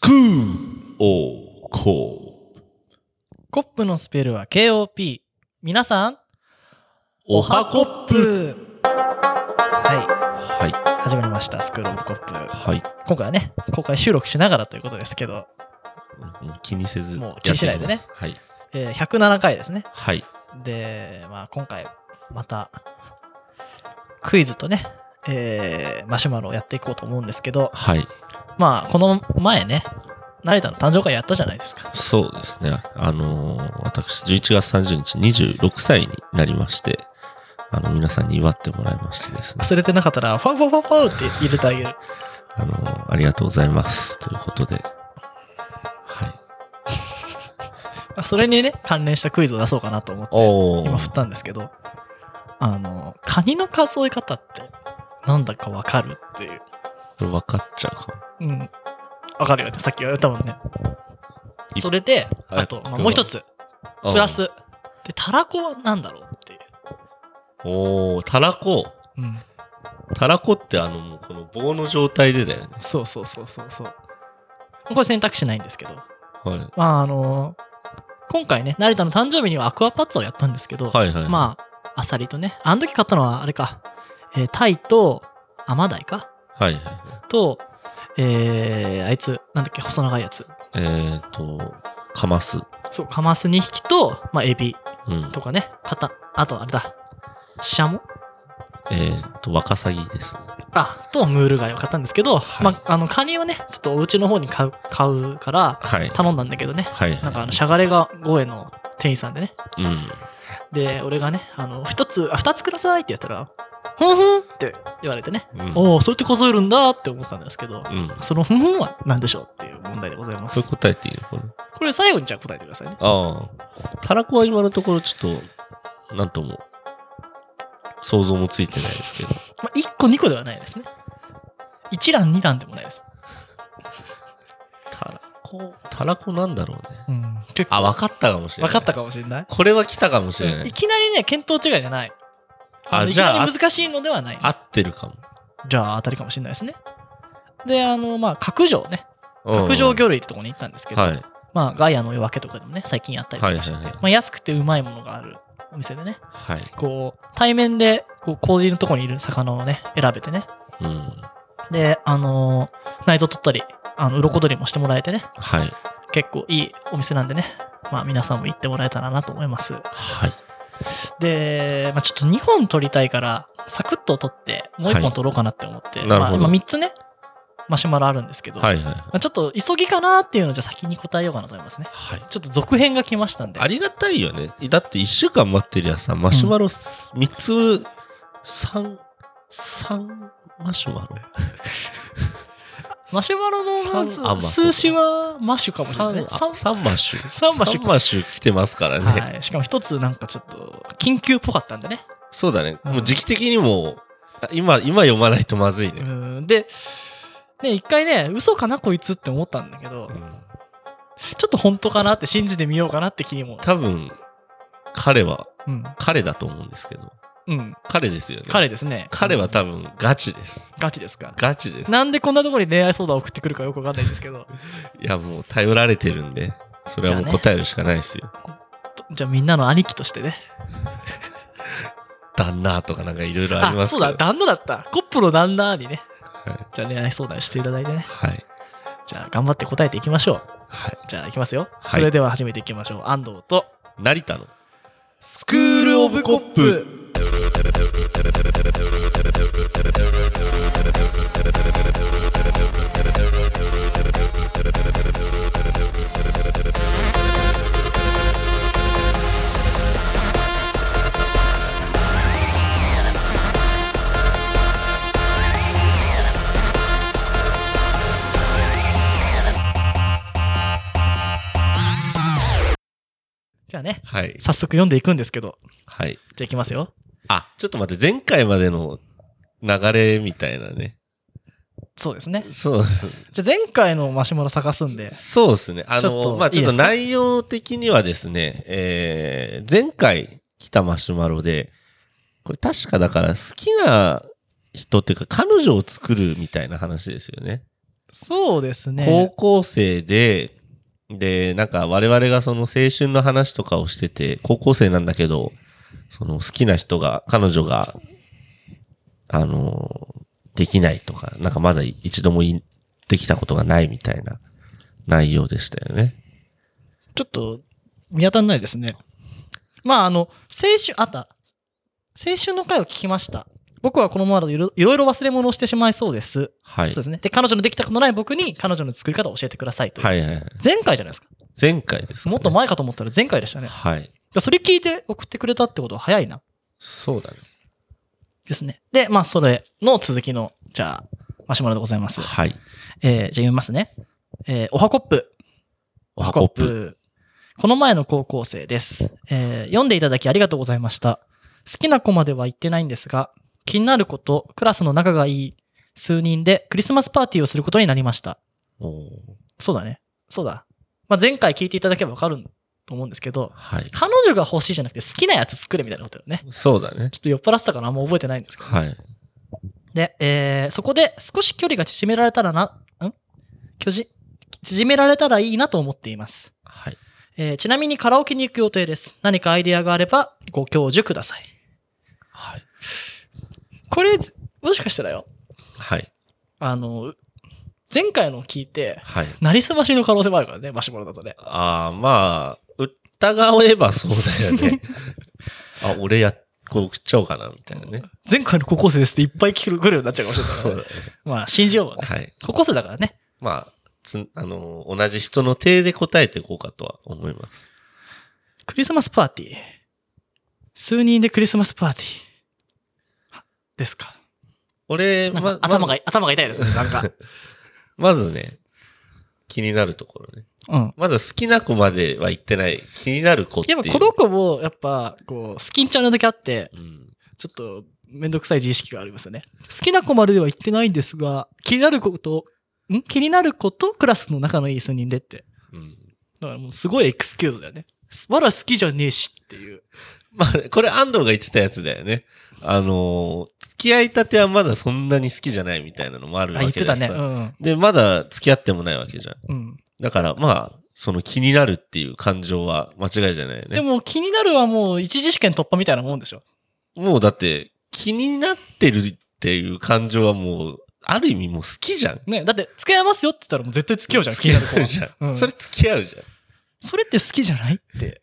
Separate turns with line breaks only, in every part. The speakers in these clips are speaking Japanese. クーオーコー
コップのスペルは KOP。皆さん、
おはコップ
プは
はい
い、始まりました。スクールオブコップ。
はい
今回はね、公開収録しながらということですけど、
うん気にせず
もう気にしないでね
やっていきますはい
えー107回ですね。
はい
で、まあ、今回、また、クイズとね、えーマシュマロをやっていこうと思うんですけど、
はい
まあ、この前ね、成田の誕生会やったじゃないですか。
そうですねあのー私11月30日26歳になりましてあの皆さんに祝ってもらいましてですね
忘れてなかったら、ファンファンファンファンって入れてあげる。
あのーありがとうございますということではい
まあそれにね、関連したクイズを出そうかなと思って、
お
今振ったんですけど、あの、カニの数え方って、なんだかわかるっていう。
分かっちゃうかも
うん。わかるよね。さっき言われたもんね。
い
それで、
はい
あと、まあ、もう一つ、
あー
プラス。で、たらこはなんだろうっていう。
おおたらこ
うん。
たらこってあのもうこの棒の状態でだよね
そうそうそうそうそう。これ選択肢ないんですけど、
はい
まあ、あの今回ね、成田の誕生日にはアクアパッツァをやったんですけど、
はいはい
まあ、アサリとね、あの時買ったのはあれか、えータイとアマダイか、
はいはいはい
と、えーあいつ、なんだっけ、細長いやつ。
えっ、ー、と、かます。
そう、カマス2匹と、まあ、エビ
うん。
とかね、パタあとあれだ、シャモ
えっ、ー、と、ワカサギですね。
あ、とムール貝を買ったんですけど、
はい
まあ、あの、カニをね、ちょっとお家の方に買う買うから、
はい。
頼んだんだけどね、
はい、はい。
なんかあの、しゃがれが5円の店員さんでね、
うん。
で、俺がね、あの、1つ、あ、2つくださいって言ったら、ふんふんって言われてね、
うん。
おお、そうやって数えるんだって思ったんですけど、
うん。
そのふんふんは何でしょうっていう問題でございま
これ
す。
答えていいのこれ。
これ最後にじゃあ答えてくださいね。
ああ。たらこは今のところちょっと、なんとも、想像もついてないですけど。
まあ、1個2個ではないですね。1欄2欄でもないです。
たらこ、たらこなんだろうね。
うん、結
あ、わかったかもしれない。
分かった。かもしれない。
これは来たかもしれない。
いきなりね、見当違いじゃない。
あ
の
じゃあ
いきなり難しいのではない。
合ってるかも。
じゃあ当たりかもしれないですね。で、あの、まあ、角上ね、
うん
角上魚類ってとこに行ったんですけど、
はい。
まあ、ガイアの夜明けとかでもね、最近やったりとかしてて、
はいはいはい
まあ、安くてうまいものがあるお店でね、
はい。
こう、対面で、こう、氷のとこにいる魚をね、選べてね、
うん。
で、あのー内臓取ったり、あの、鱗取りもしてもらえてね、
はい。
結構いいお店なんでね、まあ皆さんも行ってもらえたらなと思います。
はい。
で、まあちょっと2本取りたいから、サクッと取って、もう1本取ろうかなって思って、
はいなる
まあ
ほど
今3つね、マシュマロあるんですけど、
は
ま
いはい。
あちょっと急ぎかなっていうのじゃ先に答えようかなと思いますね。
はい。
ちょっと続編が来ましたんで
あ。りがたいよね。だって1週間待ってりゃさ、マシュマロ3つ、三三マシュマ
マシュマロのまず
三あまあ
数字はマッシュ
ロ
かもしれないね。
三
三
三マシュ。
三マシュ
三マシュ来てますからね。
はい、しかも一つなんかちょっと緊急っぽかったんでね。
そうだね。
うん
もう時期的にもう、今、今読まないとまずいね。
うんで、ね、一回ね、嘘かなこいつって思ったんだけど、
うん
ちょっと本当かなって信じてみようかなって気にも。
多分、彼は、
うん。
彼だと思うんですけど、
うん。
彼ですよね。
彼ですね。
彼は多分、ガチです。
ガチですか。
ガチです。
なんでこんなところに恋愛相談を送ってくるかよくわかんないんですけど。
いや、もう頼られてるんで、それはもう答えるしかないですよ。
とじゃあみんなの兄貴としてね。
旦那とかなんかいろいろあります
そ
け
う
ど。
だ、旦那だった。コップの旦那にね。
はい
じゃあ恋愛相談していただいてね。
はい。
じゃあ頑張って答えていきましょう。
はい。
じゃあいきますよ。
はい
それでは始めていきましょう。安藤と。
成田の。
ス
クールオブコップ
じゃあね、
はい。
早速読んでいくんですけど。
はい。
じゃあいきますよ。
あ、ちょっと待って、前回までの流れみたいなね。
そうですね。
そう、
じゃあ前回のマシュマロ探すんで。
そうですね。あ
ちょっ
の、
と
まあちょっ
いいで
と
すか
内容的にはですね、えー、前回来たマシュマロで、これ確かだから好きな人っていうか彼女を作るみたいな話ですよね。
そうですね。
高校生で、で、なんか我々がその青春の話とかをしてて、高校生なんだけど、その好きな人が、彼女が、あの、できないとか、なんかまだ一度もいできたことがないみたいな内容でしたよね。
ちょっと見当たんないですね。まあ、あの、青春、あった。青春の回を聞きました。僕はこのままだといろいろいろ忘れ物をしてしまいそうです。
はい。
そうですね。で、彼女のできたことない僕に彼女の作り方を教えてくださいという。
はいはいはい。
前回じゃないですか。
前回ですかね、
もっと前かと思ったら前回でしたね。
はい。
でそれ聞いて送ってくれたってことは早いな。
そうだね。
ですね。で、まあ、それの続きの、じゃあ、マシュマロでございます。
はい。
えーじゃあ読みますね。えーおはコップ。
おはコップ。
この前の高校生です、えー読んでいただきありがとうございました。好きな子までは言ってないんですが、気になる子とクラスの仲がいい数人でクリスマスパーティーをすることになりました。
おー
そうだね。そうだ。まあ、前回聞いていただければわかると思うんですけど、
はい。
彼女が欲しいじゃなくて好きなやつ作れみたいなことだよね。
そうだね。
ちょっと酔っ払ってたからあんま覚えてないんですけど。
はい。
で、えーそこで少し距離が縮められたらな、ん巨人縮められたらいいなと思っています。
はい。
えーちなみにカラオケに行く予定です。何かアイデアがあればご教授ください。
はい。
これ、もしかしたらよ、
はい。
あの、前回の聞いて、
はい。
なりすましの可能性もあるからね、マシュマロだとね。
ああ、まあ、疑えばそうだよ ね。あ、俺や、これ送っちゃおうかな、みたいなね。
前回の高校生ですっていっぱい来る来るようになっちゃうかもしれないか
そ
ら
う
ね、
だね。
まあ、信じようもね。
はい。
高校生だからね。
まあ、つあのー、同じ人の体で答えていこうかとは思います。
クリスマスパーティー。数人でクリスマスパーティー。はですか。
俺、
なん
ま
か頭が、
まず
頭が痛いですね、なん か。
まずね、気になるところね。
うん。
まだ好きな子までは言ってない、気になる子ってい
や
う。
っぱこの子も、やっぱ、こう、スキンちゃんなだけあって、
うん、
ちょっと、めんどくさい自意識がありますよね。好きな子まででは言ってないんですが、気になる子と、ん気になる子とクラスの仲のいい数人でって。
うん。
だからもうすごいエクスキューズだよね。まだ好きじゃねえしっていう。
まあ、これ安藤が言ってたやつだよね。あのー、付き合いたてはまだそんなに好きじゃないみたいなのもある
あ、
わ
言
け
っ
だしてさ
たね。うん。
で、まだ付き合ってもないわけじゃん。
うん。
だから、まあ、その気になるっていう感情は間違いじゃないよ
で
ね。
も、気になるはもう、一次試験突破みたいなもんでしょ。
もうだって、気になってるっていう感情はもう、ある意味もう好きじゃん。
ね、だって、付き合いますよって言ったらもう絶対付き合うじゃん、気
付
に
き
なる子
合う
は。
じゃ
うん
ん。それ付き合うじゃん。
それって好きじゃないって。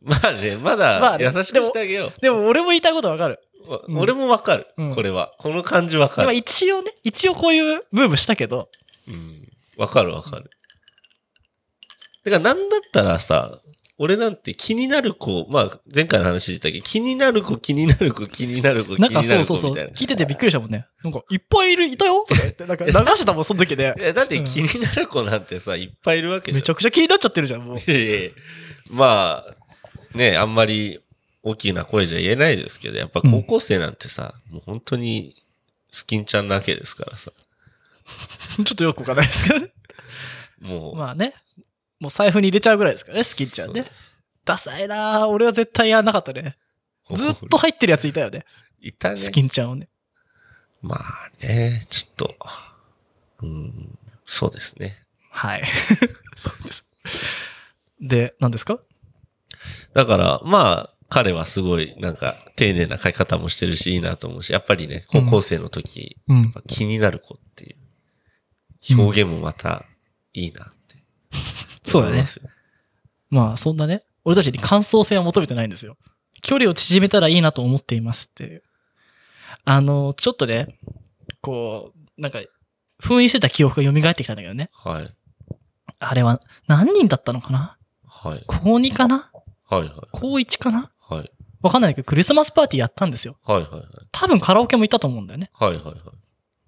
まあね、ま
まあ
だ
ね
優しくしてあげよ
でも、俺も言いたいことわかる。
う。わ
うん
俺もわかる
うん。
これは。この感じわか
今
る。
一応ね、一応こういうムーブしたけど、
うんわかるわかる。だから、なんだったらさ、俺なんて気になる子、まあ、前回の話で言ったけど、気になる子、気になる子、気になる子、気
なん
にな
か
る
そ
子
うそうそ
み
う、
たいな。
聞いててびっくりしたもんね。なんか、いっぱいいる、いたよとか 言って、なんか流してたもん、その時で
い。やだって気になる子なんてさ、いっぱいいるわけじゃん。
めちゃくちゃ気になっちゃってるじゃん、もう。
いやいやいやまあ、ね、あんまり大きな声じゃ言えないですけど、やっぱ高校生なんてさ、もう本当にスキンちゃんなわけですからさ、
ちょっとよくわかんないですけど。
もう。
まあね、もう財布に入れちゃうぐらいですからね、スキンちゃんね
そ。
ダサいなぁ俺は絶対やんなかったね。
う。
ずっと入ってるやついたよね、
いたね。
スキンちゃんをね。
まあね、ちょっと、うん、そうですね。
はい。 そうです。で、何ですか
だから、まあ、彼はすごい、なんか、丁寧な書き方もしてるし、いいなと思うし、やっぱりね、高校生の時、
うん。
やっぱ気になる子っていう、表現もまた、いいなって
そう
思
だ
いま
ね。
すよ。
まあ、そんなね、俺たちに感想性は求めてないんですよ。距離を縮めたらいいなと思っていますっていう。あの、ちょっとね、こう、なんか、封印してた記憶が蘇ってきたんだけどね。
はい。
あれは何人だったのかな
はい。
高2かな
はいは。
高1かない
はい。
わかんないけど、クリスマスパーティーやったんですよ。
はいはい
多分カラオケも行ったと思うんだよね。
はい。はいはい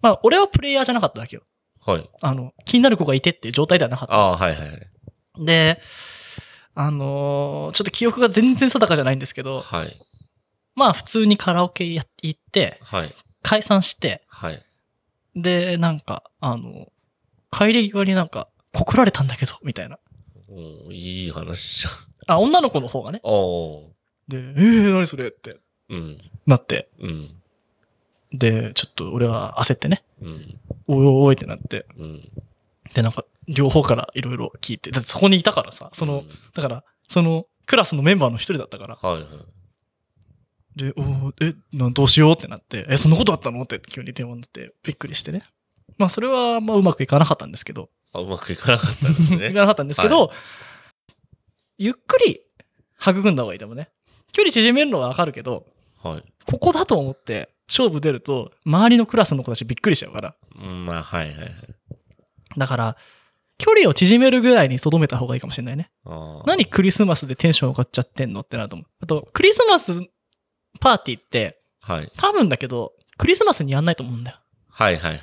まあ、俺はプレイヤーじゃなかっただけよ。
はい。はい。
あの、気になる子がいてっていう状態ではなかっ
ああ、はいはいはい。
た。で、あのーちょっと記憶が全然定かじゃないんですけど、
はい。
まあ、普通にカラオケや行って、
はい。
解散して、
はい。
で、なんか、あの、帰り際になんか、告られたんだけど、みたいな。
おーいい話じゃん。
あ、女の子の方がね。
おー
で、えー、何それって
うん。
なって。
うん。
で、ちょっと俺は焦ってね、
うん。
おいおいおいってなって、
うん。
で、なんか、両方からいろいろ聞いて、だってそこにいたからさ、その、だから、その、クラスのメンバーの一人だったから、
うん、はいはい。
で、おーえ、などうしようってなって、え、そんなことあったのって急に電話になって、びっくりしてね。まあ、それは、まあ、うまくいかなかったんですけど、
あ、うまくいかなかったんです
い
ね
か。なかったんですけど、ゆっくり育んだ方がいいでもね。距離縮めるのはわかるけど、
はい。
ここだと思って勝負出ると、周りのクラスの子たちびっくりしちゃうから。
うん、まあ、はいはいはい。
だから、距離を縮めるぐらいにとどめた方がいいかもしれないね。
あー
何クリスマスでテンション上がっちゃってんのってなると思う。あと、クリスマスパーティーって、
はい。
多分だけど、クリスマスにやんないと思うんだよ。
はいはいはい。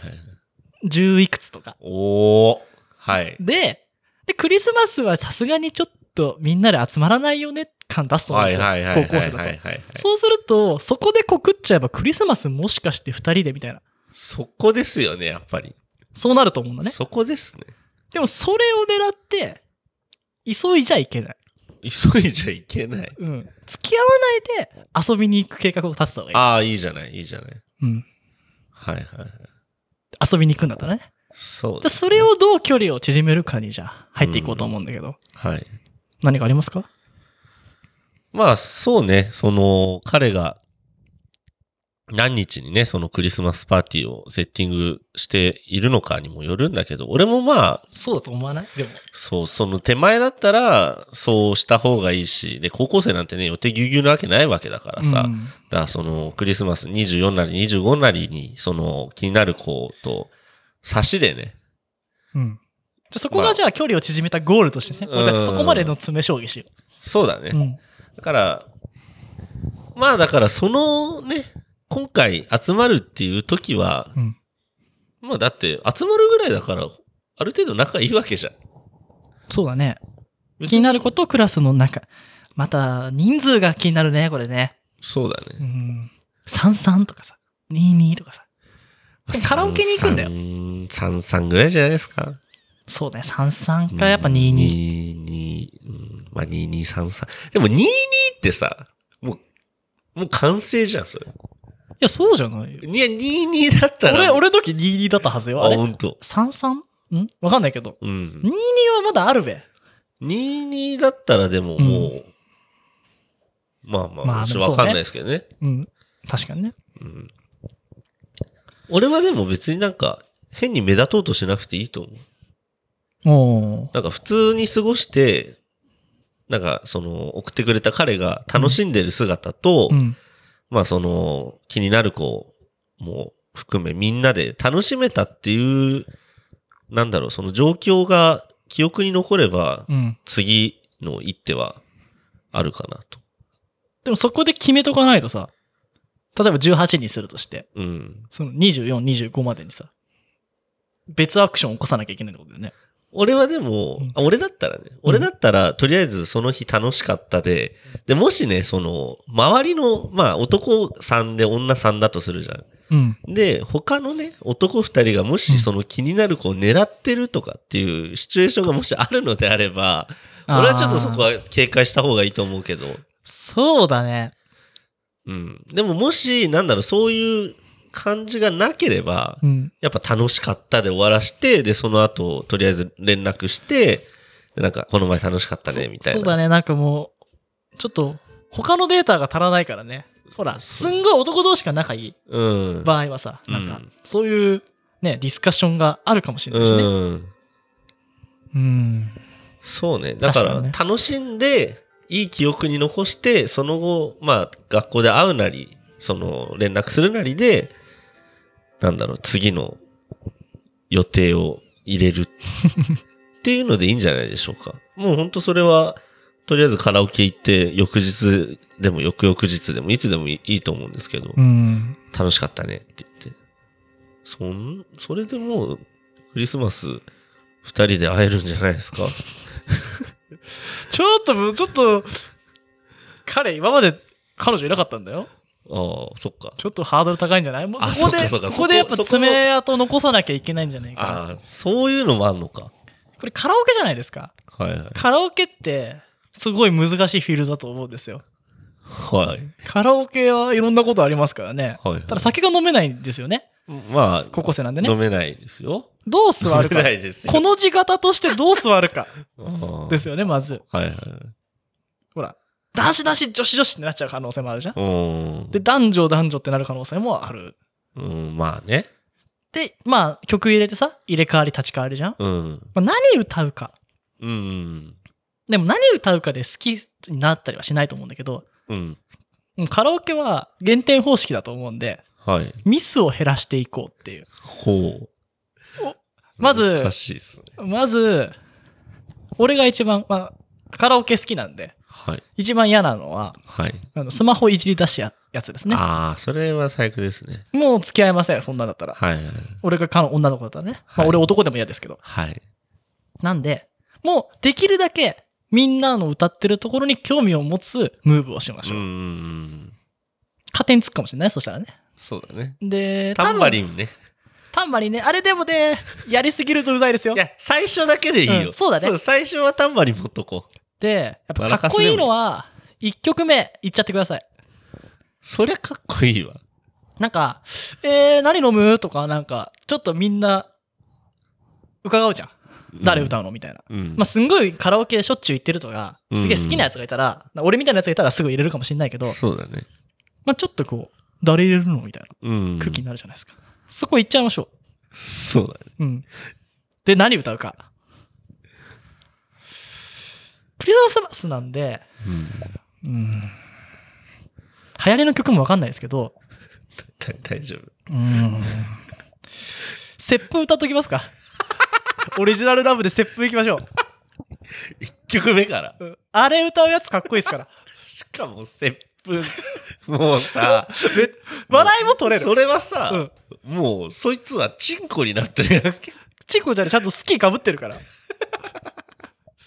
10いくつとか。
おおはい。
で、でクリスマスはさすがにちょっとみんなで集まらないよね感出すと思う
は
んで
い
すよ
はいはい。。
高校生だ
はいはい
と。
はいはい。
そうすると、そこで告っちゃえばクリスマスもしかして2人でみたいな。
そこですよね、やっぱり。
そうなると思うんだね。
そこですね。
でもそれを狙って、急いじゃいけない。
急いじゃいけない。
うん。付き合わないで遊びに行く計画を立てた方がいい。
ああ、いいじゃない、いいじゃない。
うん。
はいはいはい。
遊びに行くんだったらね。
そう
で
です、
それをどう距離を縮めるかにじゃあ入っていこうと思うんだけど。
はい。
何かありますか
まあ、そうね、その、彼が、何日にね、そのクリスマスパーティーをセッティングしているのかにもよるんだけど、俺もまあ、
そうだと思わないでも。
そう、その手前だったら、そうした方がいいし、で、高校生なんてね、予定ぎゅうぎゅうなわけないわけだからさ、
うん
だからそのクリスマス24なり25なりに、その気になる子と、差しでね、
うん。じゃあそこ
ま
が
あ
じゃあ距離を縮めたゴールとしてね、
うん
俺たちそこまでの詰め将棋しよ
そうだね、
う。うん。
だから、まあだからそのね、今回集まるっていう時は、
うん。
まあだって集まるぐらいだから、ある程度仲いいわけじゃん。
そうだね。気になることとクラスの中。また、人数が気になるね、これね。
そうだ
う
ね。
ん。33とかさ、22とかさ。でもカラオケに行くんだよ
3、3、3ぐらいじゃないですか。
そうね、33かやっぱ22。
22、うん、まあ22、3、3。でも22ってさ、もう、もう完成じゃん、それ。
いや、そうじゃないよ。
いや、22だったら。
俺、俺の時22だったはずよ。あ
あ、
れ
ほんと。
?33? んわかんないけど。
うん。
22はまだあるべ。
22だったらでももう、まあまあ、
まあ
ちょ
でも
っとわか
そうんね
ないですけどね。
うん。確かにね。
うん俺はでも別になんか変に目立とうとしなくていいと思う。
おー
なんか普通に過ごして、なんかその送ってくれた彼が楽しんでる姿と、
うん。
まあその気になる子も含めみんなで楽しめたっていう、なんだろう、その状況が記憶に残れば
うん。
次の一手はあるかなと。
でもそこで決めとかないとさ、例えば18にするとして、
うん。
その24、25までにさ、別アクションを起こさなきゃいけないってことだよね。
俺はでも、
うん
あ俺だったらね、俺だったら、とりあえずその日楽しかったで、で、もしね、その、周りの、まあ、男3で女3だとするじゃ
うん。
ん。で、他のね、男2人がも
うん
しその気になる子を狙ってるとかっていうシチュエーションがもしあるのであれば、俺はちょっとそこ
あー。
は警戒した方がいいと思うけど、
そうだね。
うん。でももし、なんだろう、そういう感じがなければ、
うん。
やっぱ楽しかったで終わらして、で、その後、とりあえず連絡して、でなんか、この前楽しかったね、みたいな。
そうだね、なんかもう、ちょっと、他のデータが足らないからね。ほら、す
そうん
ごい男同士が仲いい
うん。
場合はさ、なん
う
か
ん、
そういう、ね、ディスカッションがあるかもしれないしね。
うん。
うん。
そうね。だから、
確
楽しんで、いい記憶に残して、その後、まあ、学校で会うなり、その、連絡するなりで、なんだろう、次の予定を入れるっていうのでいいんじゃないでしょう か。もうほんとそれは、とりあえずカラオケ行って、翌日でも翌々日でもいつでもいいいいと思うんですけど、
うん。
楽しかったねって言って。そん、それでもう、クリスマス、二人で会えるんじゃないですか
ちょっと、ちょっと、彼、今まで彼女いなかったんだよ。
ああ、そっか。
ちょっとハードル高いんじゃないもう
あ
そこで、
そ
こ
っかそっかそこ
こでやっぱ
そこ
爪痕残さなきゃいけないんじゃないか
ああ、そういうのもあんのか。
な。これカラオケじゃないですか。
はいはい。
カラオケって、すごい難しいフィールドだと思うんですよ。
はい。
カラオケはいろんなことありますからね。
はい、
ただ酒が飲めないんですよね。
まあ、
高校生なんでね。
飲めないですよ。
どう座
飲
る
め
か
な。いですよ。
この字型としてどう座るか
の
ですよね、まず。
はいはい。
ほら、男子男子、女子女子ってなっちゃう可能性もあるじゃん。
うん。
で、男女男女ってなる可能性もある。
うん、まあね。
で、まあ、曲入れてさ、入れ替わり立ち替わりじゃん。
うん。
まあ、何歌うか。
うん。
でも何歌うかで好きになったりはしないと思うんだけど、
うん。
うんカラオケは減点方式だと思うんで、
はい。
ミスを減らしていこうっていう。
ほう。
まず
難しいですね。
まず、俺が一番、まあ、カラオケ好きなんで、
はい。
一番嫌なのは、
はい。
あのスマホいじり出しややつですね。
ああ、それは最悪ですね。
もう付き合いません、そんなんだったら。
はいはい。
俺がか女の子だったらね。
は
まあ、
い
俺男でも嫌ですけど。
はい。
なんで、もうできるだけみんなの歌ってるところに興味を持つムーブをしまし
う
ょう。
ん。
加点つくかもしれない、そしたらね。
そうだね。
で、
タンバ
ン。
リンね。
タンバリンね。あれでもね、やりすぎるとうざいですよ
い。や、最初だけでいいよ。
うんそうだね
最初はタンバリン持っとこう。
で、やっぱかっこいいのは、1曲目いっちゃってください。
そりゃかっこいいわ。
なんか、えー、何飲むとか、なんか、ちょっとみんな、伺うじゃん。誰歌うのみたいな。
うん、うん
まあ、すんごいカラオケしょっちゅう行ってるとか、すげえ好きなやつがいたら、俺みたいなやつがいたらすぐ入れるかもしれないけど、
そうだね。
まあ、ちょっとこう、誰入れるのみたいな
うん。
空気になるじゃないですか。そこ行っちゃいましょ
そうだね。
う。うん。で、何歌うか。クリスマスなんで、
うん。
うん。流行りの曲もわかんないですけど、
だ大丈夫。
うん。切符歌っときます か。オリジナルラブで切符いきましょ
一曲目から。
ううん。あれ歌うやつかっこいいですから。
しかも、切符。 もうさ、
め笑いも取れる。
それはさ、
う
もう、そいつはチンコになってるやんけ。
チンコちゃんちゃんとスキーかぶってるから。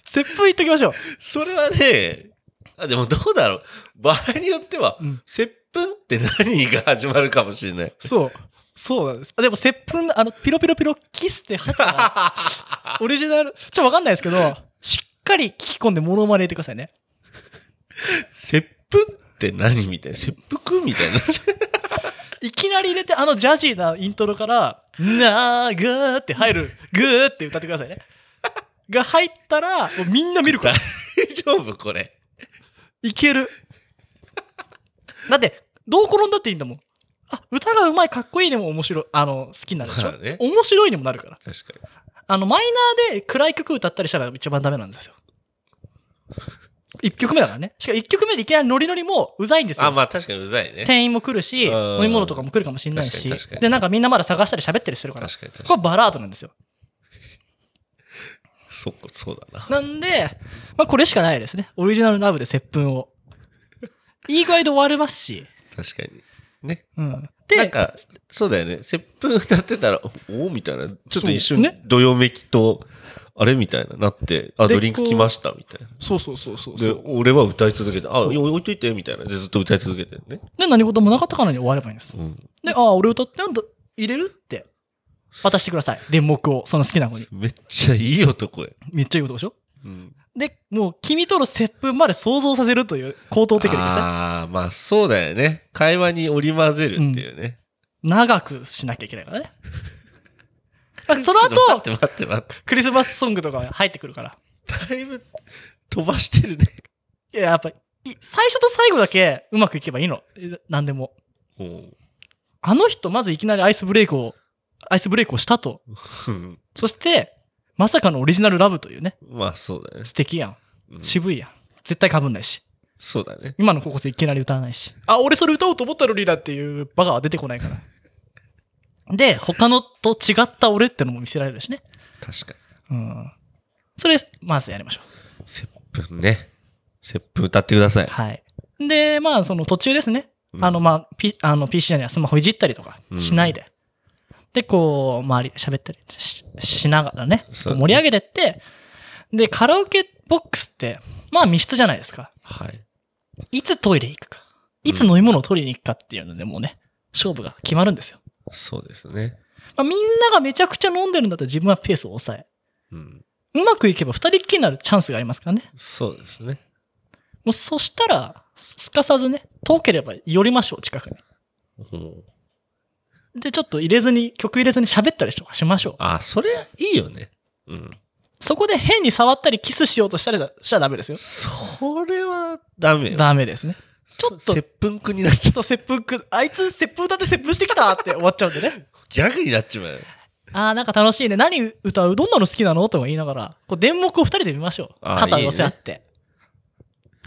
切符いっときましょう。
それはね、あ、でもどうだろう。場合によっては、
うん
接吻って何が始まるかもしれない。
そう。そうなんです。あでも、接吻、あの、ピロピロピロキスって入ったら、 オリジナル、ちょ、わかんないですけど、しっかり聞き込んでモノマネ入れてくださいね。
接吻って何みたいな。切腹みたいになっちゃう。
いきなり入れて、あのジャジーなイントロから、なーぐーって入る、ぐーって歌ってくださいね。が入ったら、もうみんな見るから。
大丈夫これ。
いける。だって、どう転んだっていいんだもん。あ、歌がうまい、かっこいいでも面白い、あの、好きになるでしょ。
まあね
面白いにもなるから。
確か
あの、マイナーで暗い曲歌ったりしたら一番ダメなんですよ。1曲目だからね。しかも1曲目でいきなりノリノリもうざいんです
に。あ、
よ。
まあ確かにうざいね。
店員も来るし、
うん
飲み物とかも来るかもしれないし
確かに確か、に
で、なんかみんなまだ探したり喋ったりしてるから、こ
確かに確か
れ
に。
バラードなんですよ。
そう、そうだな。
なんで、まあこれしかないですね。オリジナルラブで接吻を。いい具合で終われますし。
確かに。ね。
うん。
な
で
ん、か、そうだよね。接吻歌ってたら、おおみたいな。ちょっと一瞬、
そうね
どよめきと、あれみたいな。なって、あ、
で
ドリンク来ました、みたいな。
そうそうそうそう
で、俺は歌い続けて、あ、
そう
置いといて、みたいな。で、ずっと歌い続けてるね。
で、何事もなかったかのように終わればいいんです。
うん。
で、ああ、俺歌って、なんだ、入れるって渡してください。電目を、その好きな子に。
めっちゃいい男や。
めっちゃいいことでしょ
うん。
で、もう、君との接吻まで想像させるという高等テクニックですね。
ああ、まあそうだよね。会話に織り交ぜるっていうね。
長くしなきゃいけな いからね。あその
ちょっ
後、
と待って待って待っ
クリスマスソングとか入ってくるから。
て。だいぶ飛ばしてるね。
いや、やっぱ、い最初と最後だけうまくいけばいいの。え何でも。あの人、まずいきなりアイスブレイクを、アイスブレイクをしたと。
うん
そして、まさかのオリジナルラブというね。
まあそうだよね
素敵やん。
うん。
渋いやん。絶対かぶんないし。
そうだね。
今の高校生いきなり歌わないし。あ、俺それ歌おうと思ったのにだっていうバカは出てこな いから。で、他のと違った俺ってのも見せられるしね。
確か
うん。それ、まずやりましょう。
に。接吻ね。接吻歌ってください。
はい。で、まあ、その途中ですね。
うん
あの、まあ、ピあの PC にはスマホいじったりとかしないで。で、こう、周りで喋ったりししながらね、
そう
こう盛り上げてって、で、カラオケボックスって、まあ密室じゃないですか。
はい。
いつトイレ行くか、いつ飲み物を取りに行くかっていうのでもうね、勝負が決まるんですよ。
そうですね。
まあ、みんながめちゃくちゃ飲んでるんだったら自分はペースを抑え。
うん。
うまくいけば二人っきりになるチャンスがありますからね。
そうですね。
もうそしたら、すかさずね、遠ければ寄りましょう、近くに。
うん
で、ちょっと入れずに、曲入れずに喋ったりとかしましょう。
あ、それいいよね。うん。
そこで変に触ったりキスしようとしたりしちゃダメですよ。
それはダメよ。
ダメですね。ちょっと
接吻くになっちゃう。
そう、切符く、あいつ切符歌って切符してきたって終わっちゃうんでね。
ギャグになっちまうよ。
ああ、なんか楽しいね。何歌うどんなの好きなのとか言いながら、こう、電目を二人で見ましょう。
あー
肩を寄せ合って。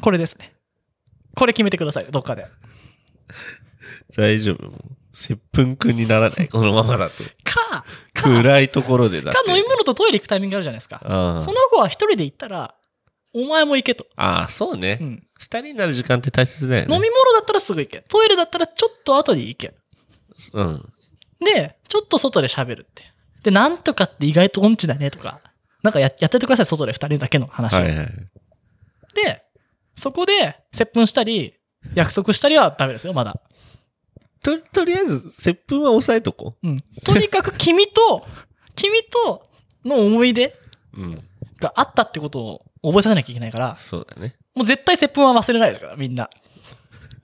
これですね。これ決めてください、どっかで。
大丈夫。もう接吻くにならない。このままだと。
か、 か、か
暗いところでだって。
飲み物とトイレ行くタイミングあるじゃないですか。
ああ
その子は一人で行ったら、お前も行けと。
ああ、そう
う
ね。
ん。
二、人になる時間って大切だよね。
飲み物だったらすぐ行け。トイレだったらちょっと後で行け。
うん。
で、ちょっと外で喋るって。で、なんとかって意外と音痴だねとか、なんかややっててください、外で二人だけの話を、
はいはい。
で、そこで接吻したり、約束したりはダメですよ、まだ。
と、とりあえず、接吻は抑えとこ
うん。とにかく君と、 君との思い出
う。うん。
があったってことを覚えさせなきゃいけないから、
そうだね。
もう絶対接吻は忘れないですから、みんな。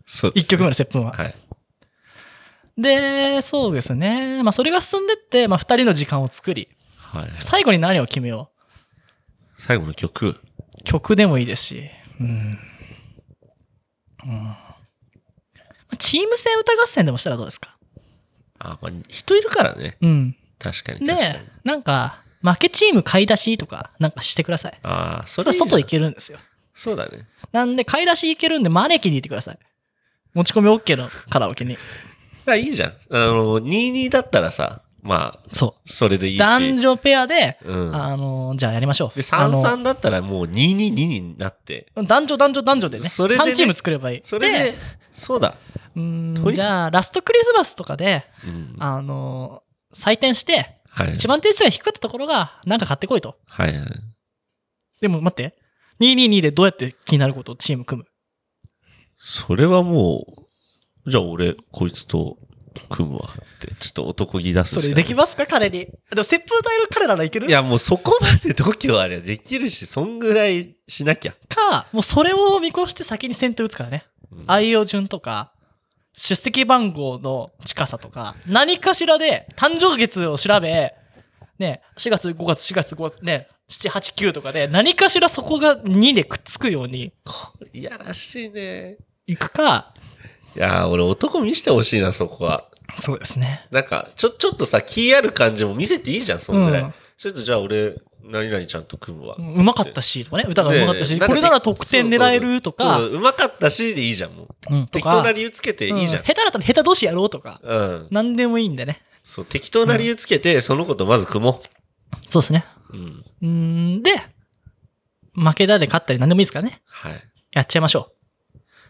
そうです
一曲目の接吻は。
はい。
で、そうですね。まあ、それが進んでって、まあ、二人の時間を作り、
はい。
最後に何を決めよう。
最後の曲。
曲でもいいですし、うん。うんチーム戦歌合戦でもしたらどうですか
あ、まあ、人いるからね。
うん。
確かに確かに。
で、なんか、負けチーム買い出しとか、なんかしてください。
ああ、そ
そ
れ
れ
いい
外行
け
けるんですよ。
そうだね。
なんで、買い出し行けるんで、招きに行ってください。持ち込み OK のカラオケに。
あいいじゃん。あの、22だったらさ、まあ、
そ。
それでいいうし。
男女ペアで、
うん。
あのー、じゃあやりましょう。
で、
あの
33だったらもう222になって。
男女男女男女でね、
それでね
3チーム作ればいい。
それで、そうだ。
うん
トイレ
じゃあ、ラストクリスマスとかで、
うん。
あのー採点して、
はい。
一番点数が低かったところが、なんか買ってこいと。
はいはい。
でも待って、222でどうやって気になることをチーム組む
それはもう、じゃあ俺、こいつと組むわって、ちょっと男気出すし
そ
か
れでき
ま
ますか彼に。でも、切符歌える彼ならいける
いや、もうそこまで度胸あればできるし、そんぐらいしなきゃ。
か、もうそれを見越して先に先手打つからね。
うん
愛用順とか、出席番号の近さとか、何かしらで誕生月を調べ、ね、4月、5月、4月、5月、ね、7、8、9とかで、何かしらそこが2でくっつくように
いやらしいね。
いくか、
いやー、俺男見してほしいな、そこは。
そうですね。
なんか、ちょ、ちょっとさ、気ある感じも見せていいじゃん、そんぐらい。
うん
ちょっとじゃあ俺、何々ちゃんと組むわ。
うまかったし、とかね、歌がうまかったし、
ねえ
これなら得点狙えるとか、
そうそうそうそううまかったしでいいじゃん、もう。
うん、と
適当
か
な、理由つけていいじゃ
うんん。下手だったら下手同士やろうとか、
うん。
何でもいいんでね。
そう、適当な理由つけて、その子とまず組も
そうですね。
う。うん。
うーん、で、負けたで勝ったり何でもいいですからね。
はい。
やっちゃいましょ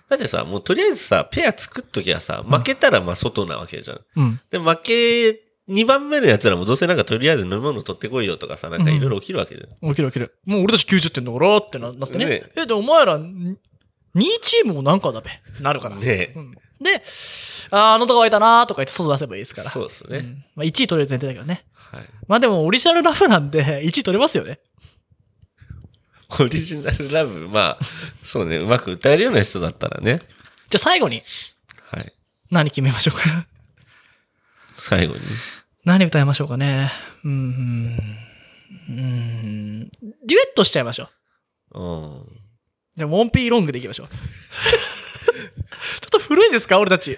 だってさ、もうとりあえずさ、ペア作っときゃさ、負けたらまあ外なわけじゃん。
う。うん。
で、負け、2番目のやつらもどうせなんかとりあえず飲み物取ってこいよとかさ、なんかいろいろ起きるわけじゃん。
起きる起きる。もう俺たち90点だからってななってね。
ね
え、で、お前ら、2チームもなんかだべ。なるから。
ねえ
うんで、あー、あのとこ湧いたなーとか言って外出せばいいですから。
そうです
う
ね。
んまあ、1位取れる前提だけどね。
はい。
まあでも、オリジナルラフなんで、1位取れますよね。
オリジナルラブ、まあ、そうね、うまく歌えるような人だったらね。
じゃあ最後に、
はい。
何決めましょうか。
最後に。
何歌いましょうかね。うーん。うーん。デュエットしちゃいましょう。
うん。
じゃあ、モンピーロングでいきまし ょう。ちょっと古いですか俺たち。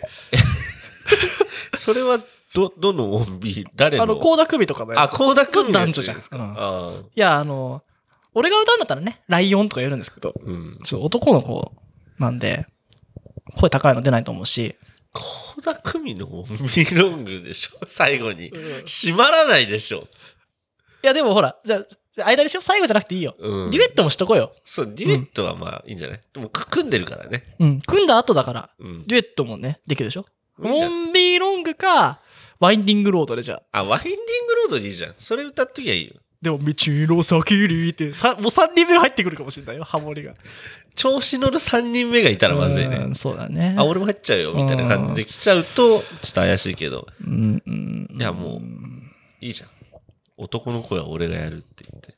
それは、ど、どのオンビ誰の
あの、高田久美とかもや
あ、
る。
高田君のや
男
つ
女じゃん。
です
うんい
あー
や、あの、俺が歌うんだったらね、ライオンとかやるんですけど、
うん。
ちょっと男の子なんで、声高いの出ないと思うし、
高田久美のオンビロングでしょ 最後に。閉まらないでしょ。
いや、でもほら、じゃあじゃあ間でしょ最後じゃなくていいよ。
うん。
デュエットもしとこうよ。
そう、デュエットはまあいいんじゃない、でもく組んでるからね。
うん。組んだ後だから、
うん。
デュエットもね、できるでしょ
いいじ
モ
ゃん
ンビーロングか、ワインディングロードでじゃあ。
あ、ワインディングロードでいいじゃん。それ歌っときゃいいよ。
でも、道の先にって、さもう3人目入ってくるかもしれないよ、ハモリが。
調子乗る3人目がいたらまずいうね
ん。そうだね。
あ、俺も入っちゃうよ、みたいな感じで来ちゃうと、ちょっと怪しいけど、
うんうん。
いやもういいじゃん。男の声は俺がやるって言って。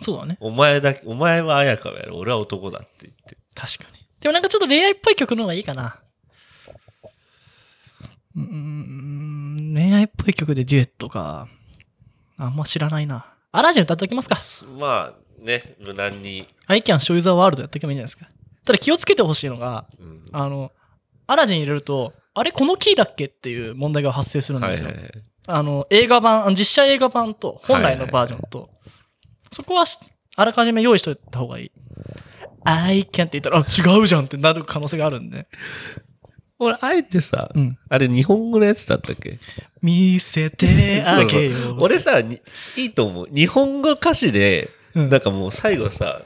そうだね。
お前だけ、お前は綾香をやる、俺は男だって言って。
確かに。でもなんかちょっと恋愛っぽい曲の方がいいかな。うーん、恋愛っぽい曲でデュエットか。あんま知らないな。アラジン歌っておきますか。
まあね、無難に。
I can show you the world やっていけばいいんじゃないですか。ただ気をつけてほしいのが、
うん
あの、アラジン入れると、あれこのキーだっけっていう問題が発生するん
は
で
い
すよ。
はいはい
あの、映画版、実写映画版と、本来のバージョンと、そこはしあらかじめ用意しといた方がいい。I can って言ったら、あ、違うじゃんってなる可能性があるんで。
俺、あえてさ、
うん。
あれ日本語のやつだったっけ
見せてあげよう。
そうそう俺さ、にいいと思う。日本語歌詞で、
うん
なんかもう最後さ、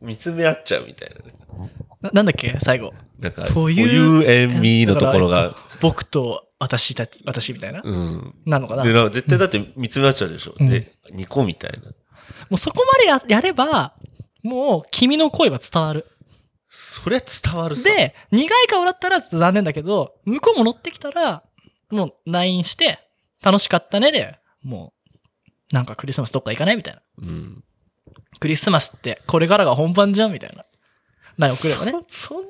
見つめ合っちゃうみたいなね。
ななんだっけ最後。
なんか、For
For you
you and me のところ
だ
が
か、ら。僕と私たち、私みたいな。
うん。
なのかな
で、
も
な絶対だって見つめ合っちゃうでしょ。
うん
で、2個みたいな。
うそこまでややれば、もう君の声は伝わる。
そりゃ伝わるさ。
で、苦い顔だったら残念だけど、向こうも乗ってきたら、もう LINE して、楽しかったねで、もう、なんかクリスマスどっか行かないみたいな。
うん。
クリスマスってこれからが本番じゃんみたいな。LINE 送ればね。
そそんな、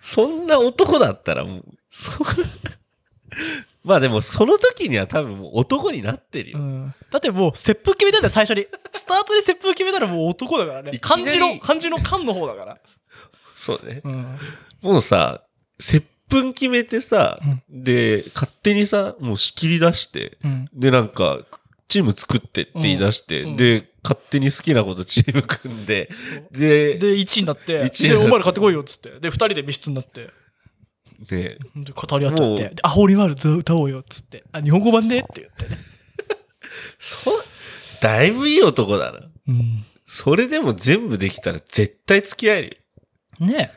そんな男だったらもう、そ まあでも、その時には多分もう男になってるよ。
うん、だってもう、切符決めたんだよ、最初に。スタートで切符決めたらもう男だからね。
いきな
漢
り
字の、漢字の漢の方だから。
そうね。
うん。
もうさ、接吻決めてさ、で、勝手にさ、もう仕切り出して、
うん。
で、なんか、チーム作ってって言い出して、
うんうん
で、勝手に好きなことチーム組んで、
そう
で、で、
で、1位になって、
一位
で、
にな
お
って
前ら買ってこいよっつって。で、2人で密室になって。で語り合っちゃっ
も
て
う
「アホリワールド歌おうよ」っつって「あ日本語版で」って言ってね、
そ、 だいぶいい男だな。
う
それでも全部できたら絶対付き合える
ん、ね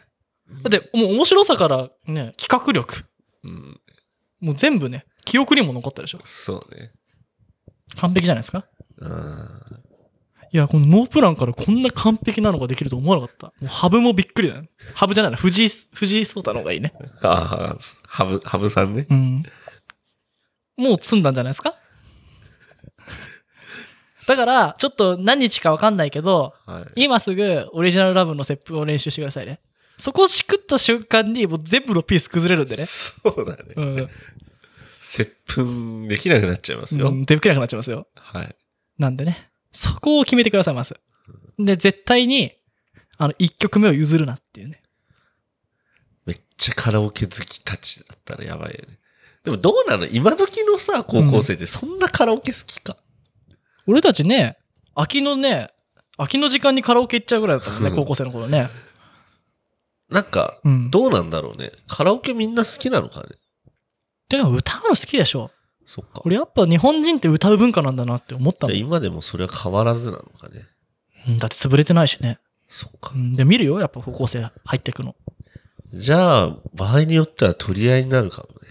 えだってもう面白さからね企画力
よ。うん、
もう全部ね記憶にも残ったでしょ
そうね。
完璧じゃないですか
うん。
いやこのノープランからこんな完璧なのができると思わなかったもうハブもびっくりだねハブじゃないな藤井藤井聡太の方がいいね
ああ、ハブ、ハブさんね。
うんもう積んだんじゃないですかだからちょっと何日か分かんないけど
はい。
今すぐオリジナルラブの切符を練習してくださいね。そこをしくった瞬間にもう全部のピース崩れるんでね。
そうだね。
うん。
接吻できなくなっちゃいますよ。
うん出ぶきなくなっちゃいますよ。
はい。
なんでね。そこを決めてくださいます。で、絶対に、あの、一曲目を譲るなっていうね。
めっちゃカラオケ好きたちだったらやばいよね。でもどうなの今時のさ、高校生ってそんなカラオケ好きか。
俺たちね、秋のね、秋の時間にカラオケ行っちゃうぐらいだったもんね、
うん
高校生の頃ね。
なんか、
うん。
どうなんだろうね。カラオケみんな好きなのかね
てか、歌うの好きでしょ。
そっか。じ
俺やっぱ日本人って歌う文化なんだなって思った
ゃあ
の。
今でもそれは変わらずなのかね。
うんだって潰れてないしね。
そっか
う。ん。で、見るよ、やっぱ高校生入ってくの。
じゃあ、場合によっては取り合いになるかもね。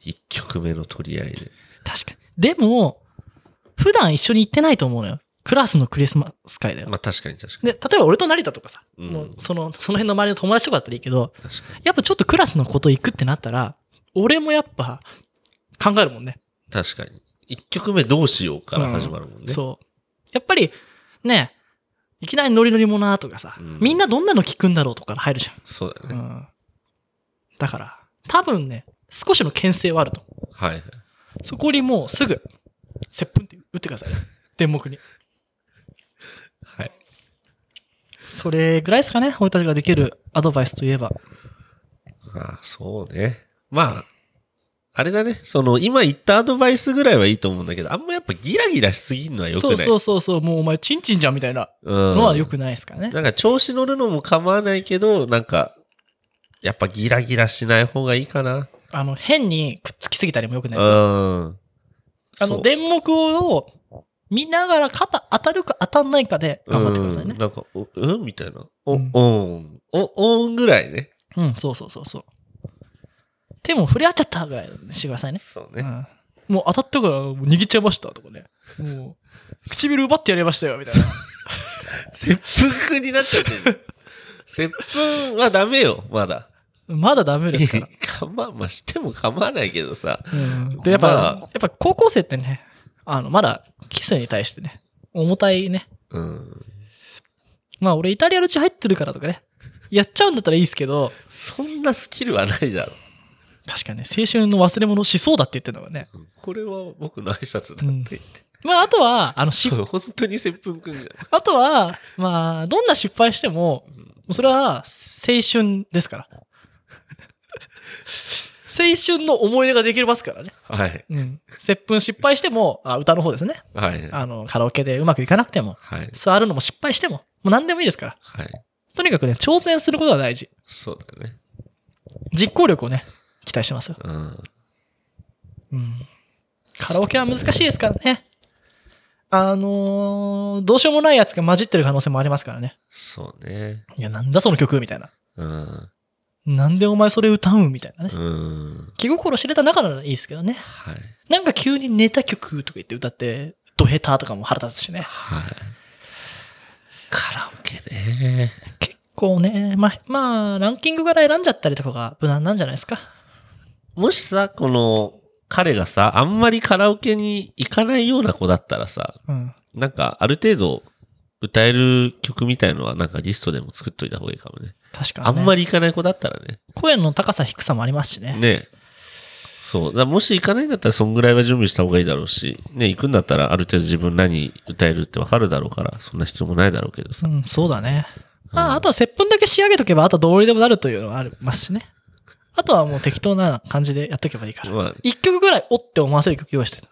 一曲目の取り合いで。
確かに。でも、普段一緒に行ってないと思うのよ。クラスのクリスマス会だよ。
まあ確かに確かに。
で、例えば俺と成田とかさ、
うん
もうその、その辺の周りの友達とかだったらいいけど、
確かに。
やっぱちょっとクラスのこと行くってなったら、俺もやっぱ考えるもんね。
確かに。一曲目どうしようから始まるもんね。
そう。やっぱり、ね、いきなりノリノリもなとかさ、
うん
みんなどんなの聞くんだろうとか入るじ
そうだ
ゃん。
よ
う
ね。
ん。だから、多分ね、少しの牽制はあると。
はいはい。
そこにもうすぐ、接吻って打ってく ださい。電目に。
はい。
それぐらいですかね、俺たちができるアドバイスといえば。
ああ、そうね。まあ、あれだね。その、今言ったアドバイスぐらいはいいと思うんだけど、あんまやっぱギラギラしすぎるのは良く
そ
な
う
い。
そうそうそう、もうお前、チンチンじゃんみたいな
うん。
のは良くないですからね。
なんか調子乗るのも構わないけど、なんか、やっぱギラギラしない方がいいかな。
あの、変にくっつきすぎたりも良く
う
ないですよ。
ん。そ
あの、
う
電目を見ながら肩当たるか当たんないかで頑張ってくださいね
うん。なんか、おうんみたいな。お、
うん
おん。お、おんぐらいね。
うん、そうそうそうそう。手も触れ合っちゃったぐらいにしてくださいね。
そう
う
ね。
んもう当たったからもう握っちゃいましたとかね。も う、唇奪ってやりましたよみたいな。
切腹になっちゃって る。切腹はダメよ、まだ。
まだダメで すから。
構わ、まあ、しても構わないけどさ。
うんでやっぱ、
まあ
やっぱ高校生ってね、あの、まだキスに対してね、重たいね。
うん。
まあ俺イタリアの血入ってるからとかね。やっちゃうんだったらいいですけど、
そんなスキルはないだろ。
確かにね、青春の忘れ物しそうだって言ってたからね。
これは僕の挨拶だって言って。
まあ、あとは、あの、し
そう本当に接吻くんじゃん。
あとは、まあ、どんな失敗しても、もうそれは青春ですから。青春の思い出ができますからね。
はい。
うん。接吻失敗しても、あ歌の方ですね。
はい。
あの、カラオケでうまくいかなくても、
はい。
座るのも失敗しても、もう何でもいいですから。
はい。
とにかくね、挑戦することが大事。
そうだね。
実行力をね、期待してますよ。
うん。
うん。カラオケは難しいですからね。あのーどうしようもないやつが混じってる可能性もありますからね。
そうね。
いや、なんだその曲みたいな。
うん。
なんでお前それ歌うんみたいなね。
うん。
気心知れた仲ならいいですけどね。
はい。
なんか急にネタ曲とか言って歌って、ドヘタとかも腹立つしね。
はい。カラオケね。
結構ね、ま、まあ、ランキングから選んじゃったりとかが無難なんじゃないですか。
もしさ、この、彼がさ、あんまりカラオケに行かないような子だったらさ、
うん。
なんか、ある程度、歌える曲みたいのは、なんかリストでも作っといた方がいいかもね。
確か
あ
に、ね。
んまり行かない子だったらね。
声の高さ低さもありますしね。
ねそう。だからもし行かないんだったら、そんぐらいは準備した方がいいだろうし、ね、行くんだったら、ある程度自分何歌えるってわかるだろうから、そんな必要もないだろうけど
う
さ。
ん、そうだね。まあ、あとは接吻だけ仕上げとけば、あとはどうにでもなるというのはありますしね。あとはもう適当な感じでやっとけばいいから。
まあ、
一曲ぐらい、おって思わせる曲用意してる。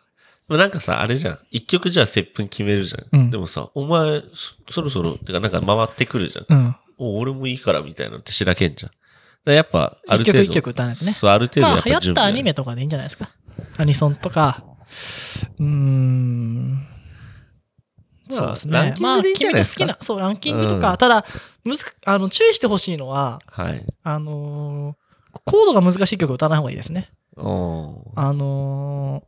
まあなんかさ、あれじゃん。一曲じゃあ接吻決めるじゃん。
うん
でもさ、お前、そそろそろ、てかなんか回ってくるじゃん。
うん。
お俺もいいからみたいなのってしらけんじゃん。だからやっぱ、ある
一
程度。
曲一曲歌わないとね。
そう、ある程度
ま
や
あ
っ、
流
ぱ
行
準
った
備だ
アニ
よ
メとかでいいんじゃないですか。アニソンとか。うーん。
まあ
そうです
ラン
ね。
キン
まあ、
グでいいんじゃ
君
ない
の
で
好
すか
きな、そう、ランキングとか。
うん
ただ、むずかあの注意してほしいのは、
はい。
あのーコードが難しい曲を歌わない方がいいですね。
おー
あの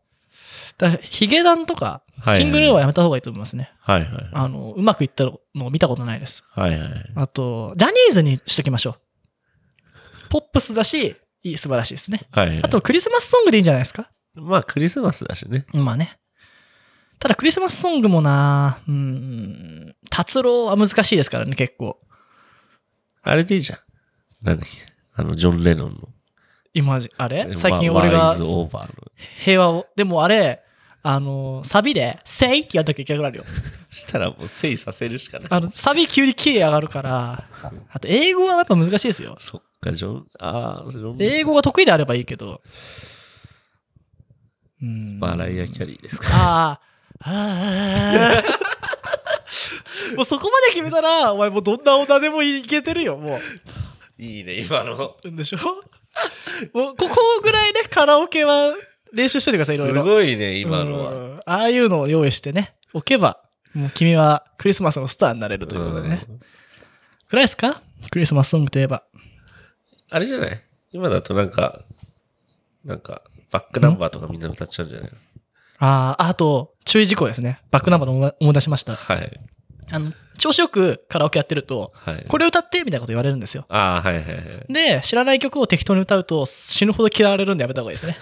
ーだヒゲダンとか、
はいはい
キングヌーはやめた方がいいと思いますね。
はいは
あの、うまくいったのを見たことないです。
い。はいはい。
あと、ジャニーズにしときましょう。ポップスだし、いい、素晴らしいですね。
はいはい。
あと、クリスマスソングでいいんじゃないですか
まあ、クリスマスだしね。
まあね。ただ、クリスマスソングもなうーん、達郎は難しいですからね、結構。
あれでいいじゃん。なんだっけ。あの、ジョン・レノンの。
今じ、あれ最近
ワ
俺
ワ
が
イズ・オーバーの。
平和を。でもあれ、あの、サビで、せいってやんなきゃいけなくなるよ。
したらもう、せいさせるしかない。
あの、サビ急にキー上がるから、あと英語はやっぱ難しいですよ。
そっか、ジョン、ああ、ジョン・
英語が得意であればいいけど。うん。
マライア・キャリーですか。
ああ、ああ。 もうそこまで決めたら、お前もうどんな女でもいけてるよ、も
いいね、今の。
う。でしょもう、ここぐらいね、カラオケは練習しててください、いろい
す
ろ。
ごいね、今のは。
うんああいうのを用意してね、置けば、もう君はクリスマスのスターになれるということでね。
うん
くらいですかクリスマスソングといえば。
あれじゃない今だとなんか、なんか、バックナンバーとかみんな歌っちゃうんじゃないの
ああ、あと、注意事項ですね。バックナンバーの思い思い出しました。
はい。
あの、調子よくカラオケやってると、
はい。
これ歌ってみたいなこと言われるんですよ。
ああ、はいはいはい。
で、知らない曲を適当に歌うと死ぬほど嫌われるんでやめた方がいいです ね。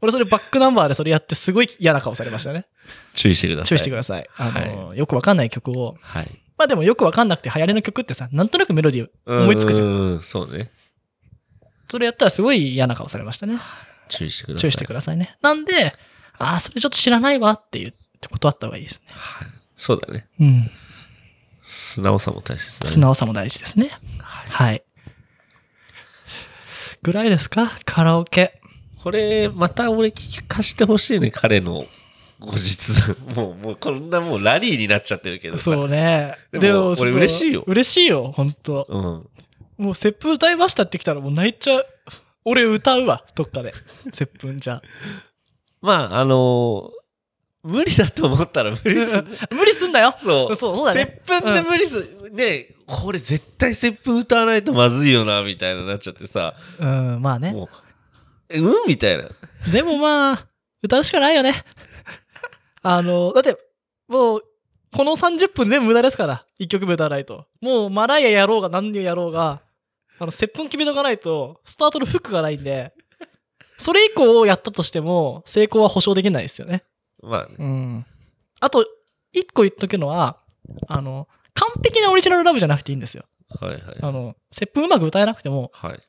俺それバックナンバーでそれやってすごい嫌な顔されましたね。
注意してください。
注意してく
だ
ださい。あの、よくわかんない曲を。
さい。はい。
まあでもよくわかんなくて流行りの曲ってさ、なんとなくメロディー思いつくじゃん。
ん。そうね。
それやったらすごい嫌な顔されましたね。
注意してください。
注意してくださいね。なんで、ああ、それちょっと知らないわって言って断った方がいいですね。
そうだね。
うん。
素直さも大切だね。
素直さも大事ですね。
はい
はい。ぐらいですかカラオケ。
これ、また俺聞かしてほしいね、彼の後日談。もう、もう、こんなもうラリーになっちゃってるけどさ。
そうね。
でも
ちょっと
俺嬉しいよ
嬉しいよ、本当
うん。
もう、接吻歌いましたって来たらもう泣いちゃう。俺歌うわ、どっかで。接吻じゃ。
まあ、あのー無理だと思ったら無理す る。
無理すんなよ。
そう。
そうそうだね
接吻で無理する。ねこれ絶対接吻歌わないとまずいよな、みたいななっちゃってさ。
うん、まあね。
もう、えうんみたいな。
でもまあ、歌うしかないよね。あの、だって、もう、この30分全部無駄ですから、1曲目歌わないと。もう、マライアやろうが何をやろうが、あの、接吻決めとかないと、スタートのフックがないんで、それ以降をやったとしても、成功は保証できないですよね。
まあね。
うん。あと、1個言っとくのは、あの、完璧なオリジナルラブじゃなくていいんですよ。
はいはい。
あの、接吻うまく歌えなくても、
はい。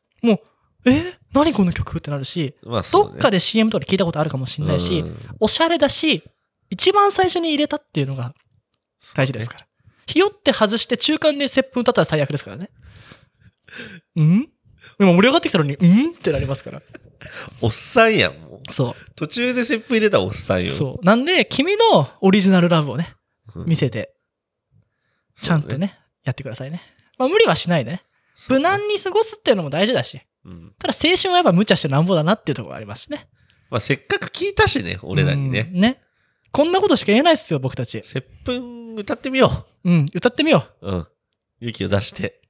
えー何この曲ってなるし、
まあそ
ど
う、ね、
っかで CM とかで聞いたことあるかもしれないし、
うん
おしゃれだし、一番最初に入れたっていうのが大事ですから。ひよって外して中間で接吻立ったら最悪ですからね。 うん今盛り上がってきたのに、うんってなりますから。
おっさんやん、もう。
そ
途中で切符入れたらおっさん
う。
よ。
そう。なんで、君のオリジナルラブをね、
うん
見せて、ちゃんとね、。やってくださいね。まあ、無理はしないでね。
そうね
無難に過ごすっていうのも大事だし、
そうねうん
ただ青春はやっぱ無茶してなんぼだなっていうところがありますしね。
まあせっかく聞いたしね、俺らにね。
うんね。こんなことしか言えないっすよ、僕たち。
接吻歌ってみよ
うん、歌ってみよう。
う。うん。勇気を出して。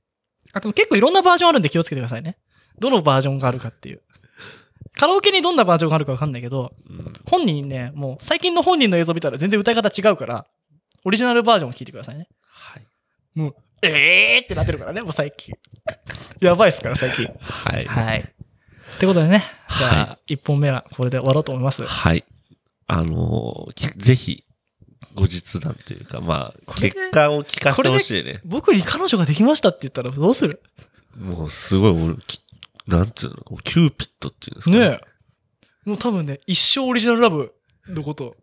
あ、でも結構いろんなバージョンあるんで気をつけてくださいね。どのバージョンがあるかっていう。カラオケにどんなバージョンがあるかわかんないけど、
うん
本人ね、もう最近の本人の映像見たら全然歌い方違うから、オリジナルバージョンを聞いてくださいね。
はい。
もう、えーってなってるからね、もう最近。 やばいっすから、最近。
はい。
はい。ってことでね、じゃ
は
あ、1本目はこれで終わろうと思います。
はい。あのーきぜひ、後日談というか、まあ、
これで
結果を聞かせてほしいね。
僕に彼女ができましたって言ったらどうする
もう、すごい、俺、きなんつうの、キューピットっていうんですか
ねえ。もう多分ね、一生オリジナルラブのこと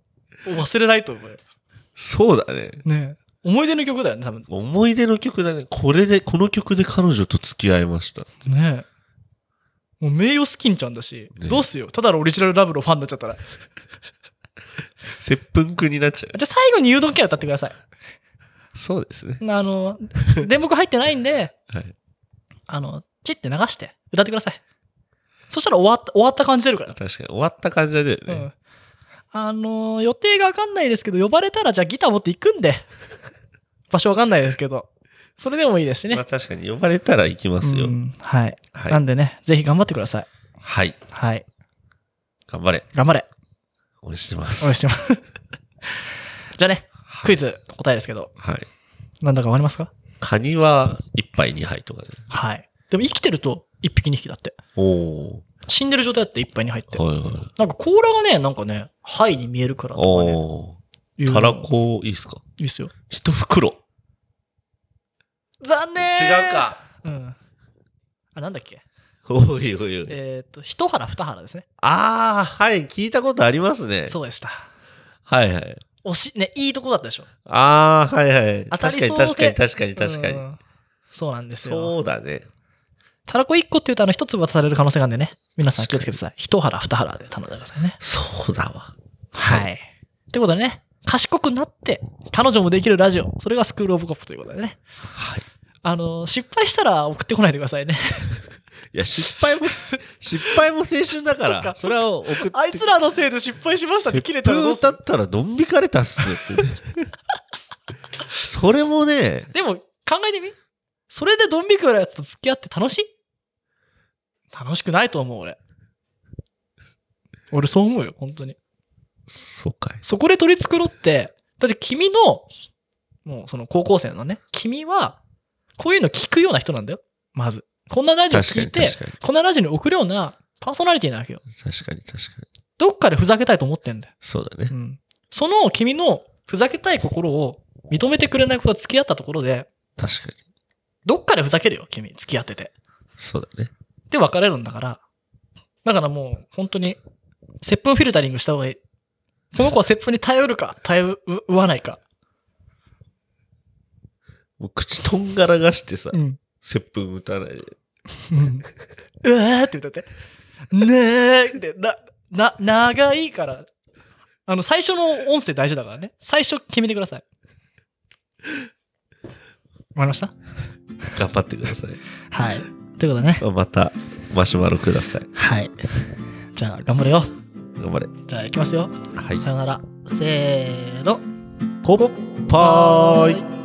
を忘れないと思うよ。
そうだね。
ねえ思い出の曲だよね、多分。
思い出の曲だね。これで、この曲で彼女と付き合いました。
ねえ。もう名誉スキンちゃんだし、
ねえ
どうすよ。ただのオリジナルラブのファンになっちゃったら。じゃ
接吻くんになっちゃ
あ最後に誘導系歌ってください。
う。そうですね。
あの、電目入ってないんで、
はい。
あの、チって流して歌ってください。そしたら終わった、終わった感じ出るから。
確かに、終わった感じだよ
う
ね
ん。。あの、予定がわかんないですけど、呼ばれたらじゃあギター持って行くんで。場所わかんないですけど。それでもいいですしね
まあ、。確かに、呼ばれたら行きますよ。
うんはい。
はい
なんでね、ぜひ頑張ってください。
はい。
はい。
頑張れ。
頑張れ。
応援してま
お
す。
願い します。じゃあね、クイ
ズ。
ズ答えですけど、
はい。
なんだかわかりますか
カニは1杯2杯とかね。
はい。でも生きてると1匹2匹だって。
お
死んでる状態だって1杯に入って。
ー。はいはい。
なんか甲羅がね、なんかね、肺に見えるからとかね。
お
いう
ー。
の
たらこいいっすか
いいっすよ。
一袋。
残念
違う。か。
うん。あ、なんだっけ
おいおいおい。
えっ、と、一腹二腹ですね。
ああ、はい。聞いたことありますね。
そうでした。
はいはい。
惜しい、ね、いいとこだったでしょ。
ああ、はいはい。
当たり
確か
そう
に
で
確かに確かに確か
う
に。
んそうなんですよ。
そうだね。
たらこ1個って言うと、あの、1粒渡される可能性があるんでね。皆さん気をつけてください。一腹二腹で頼んでくださいね。
そうだわ。
はい。ってことでね、賢くなって、彼女もできるラジオ、それがスクールオブコップということでね。
はい。
あの、失敗したら送ってこないでくださいね。
いや、失敗 も、失敗も青春だか、
そっから
それは送って。
あいつらのせいで失敗しましたって切れたらどうす
だ
る
ったら、どん引かれたっす ってね。それもね、
でも、考えてみそれでドン引くようなやつと付き合って楽しい楽しくないと思う、俺。俺そう思うよ、本当に。
そうかい。
そこで取り繕って、だって君の、もうその高校生のね、君は、こういうの聞くような人なんだよ。まず。こんなラジオ
確か
聞い
に、
て
確、かに、
こんなラジオに送るようなパーソナリティなわけよ。
確かに、確かに。
どっかでふざけたいと思ってんだよ。
そうだね
う。ん。その君のふざけたい心を認めてくれないことは付き合ったところで、
確かに。
どっかでふざけるよ、君。付き合ってて。
そうだね。
で、別れるんだから。だからもう、本当に、接吻フィルタリングした方がいい。この子は接吻に頼るか、頼ううわないか。
もう口とんがらがしてさ、
うん。
接吻打たないで。
うんうわーって歌って。ねーって、な、な、長いから。あの、最初の音声大事だからね。最初決めてください。わかりました
頑張ってください。
はい。ということでね。
また、マシュマロください。
はい。 じゃあ、頑張れよ。
頑張れ。
じゃあ、いきますよ。
はい。
さよなら。せーの。
コッパーイ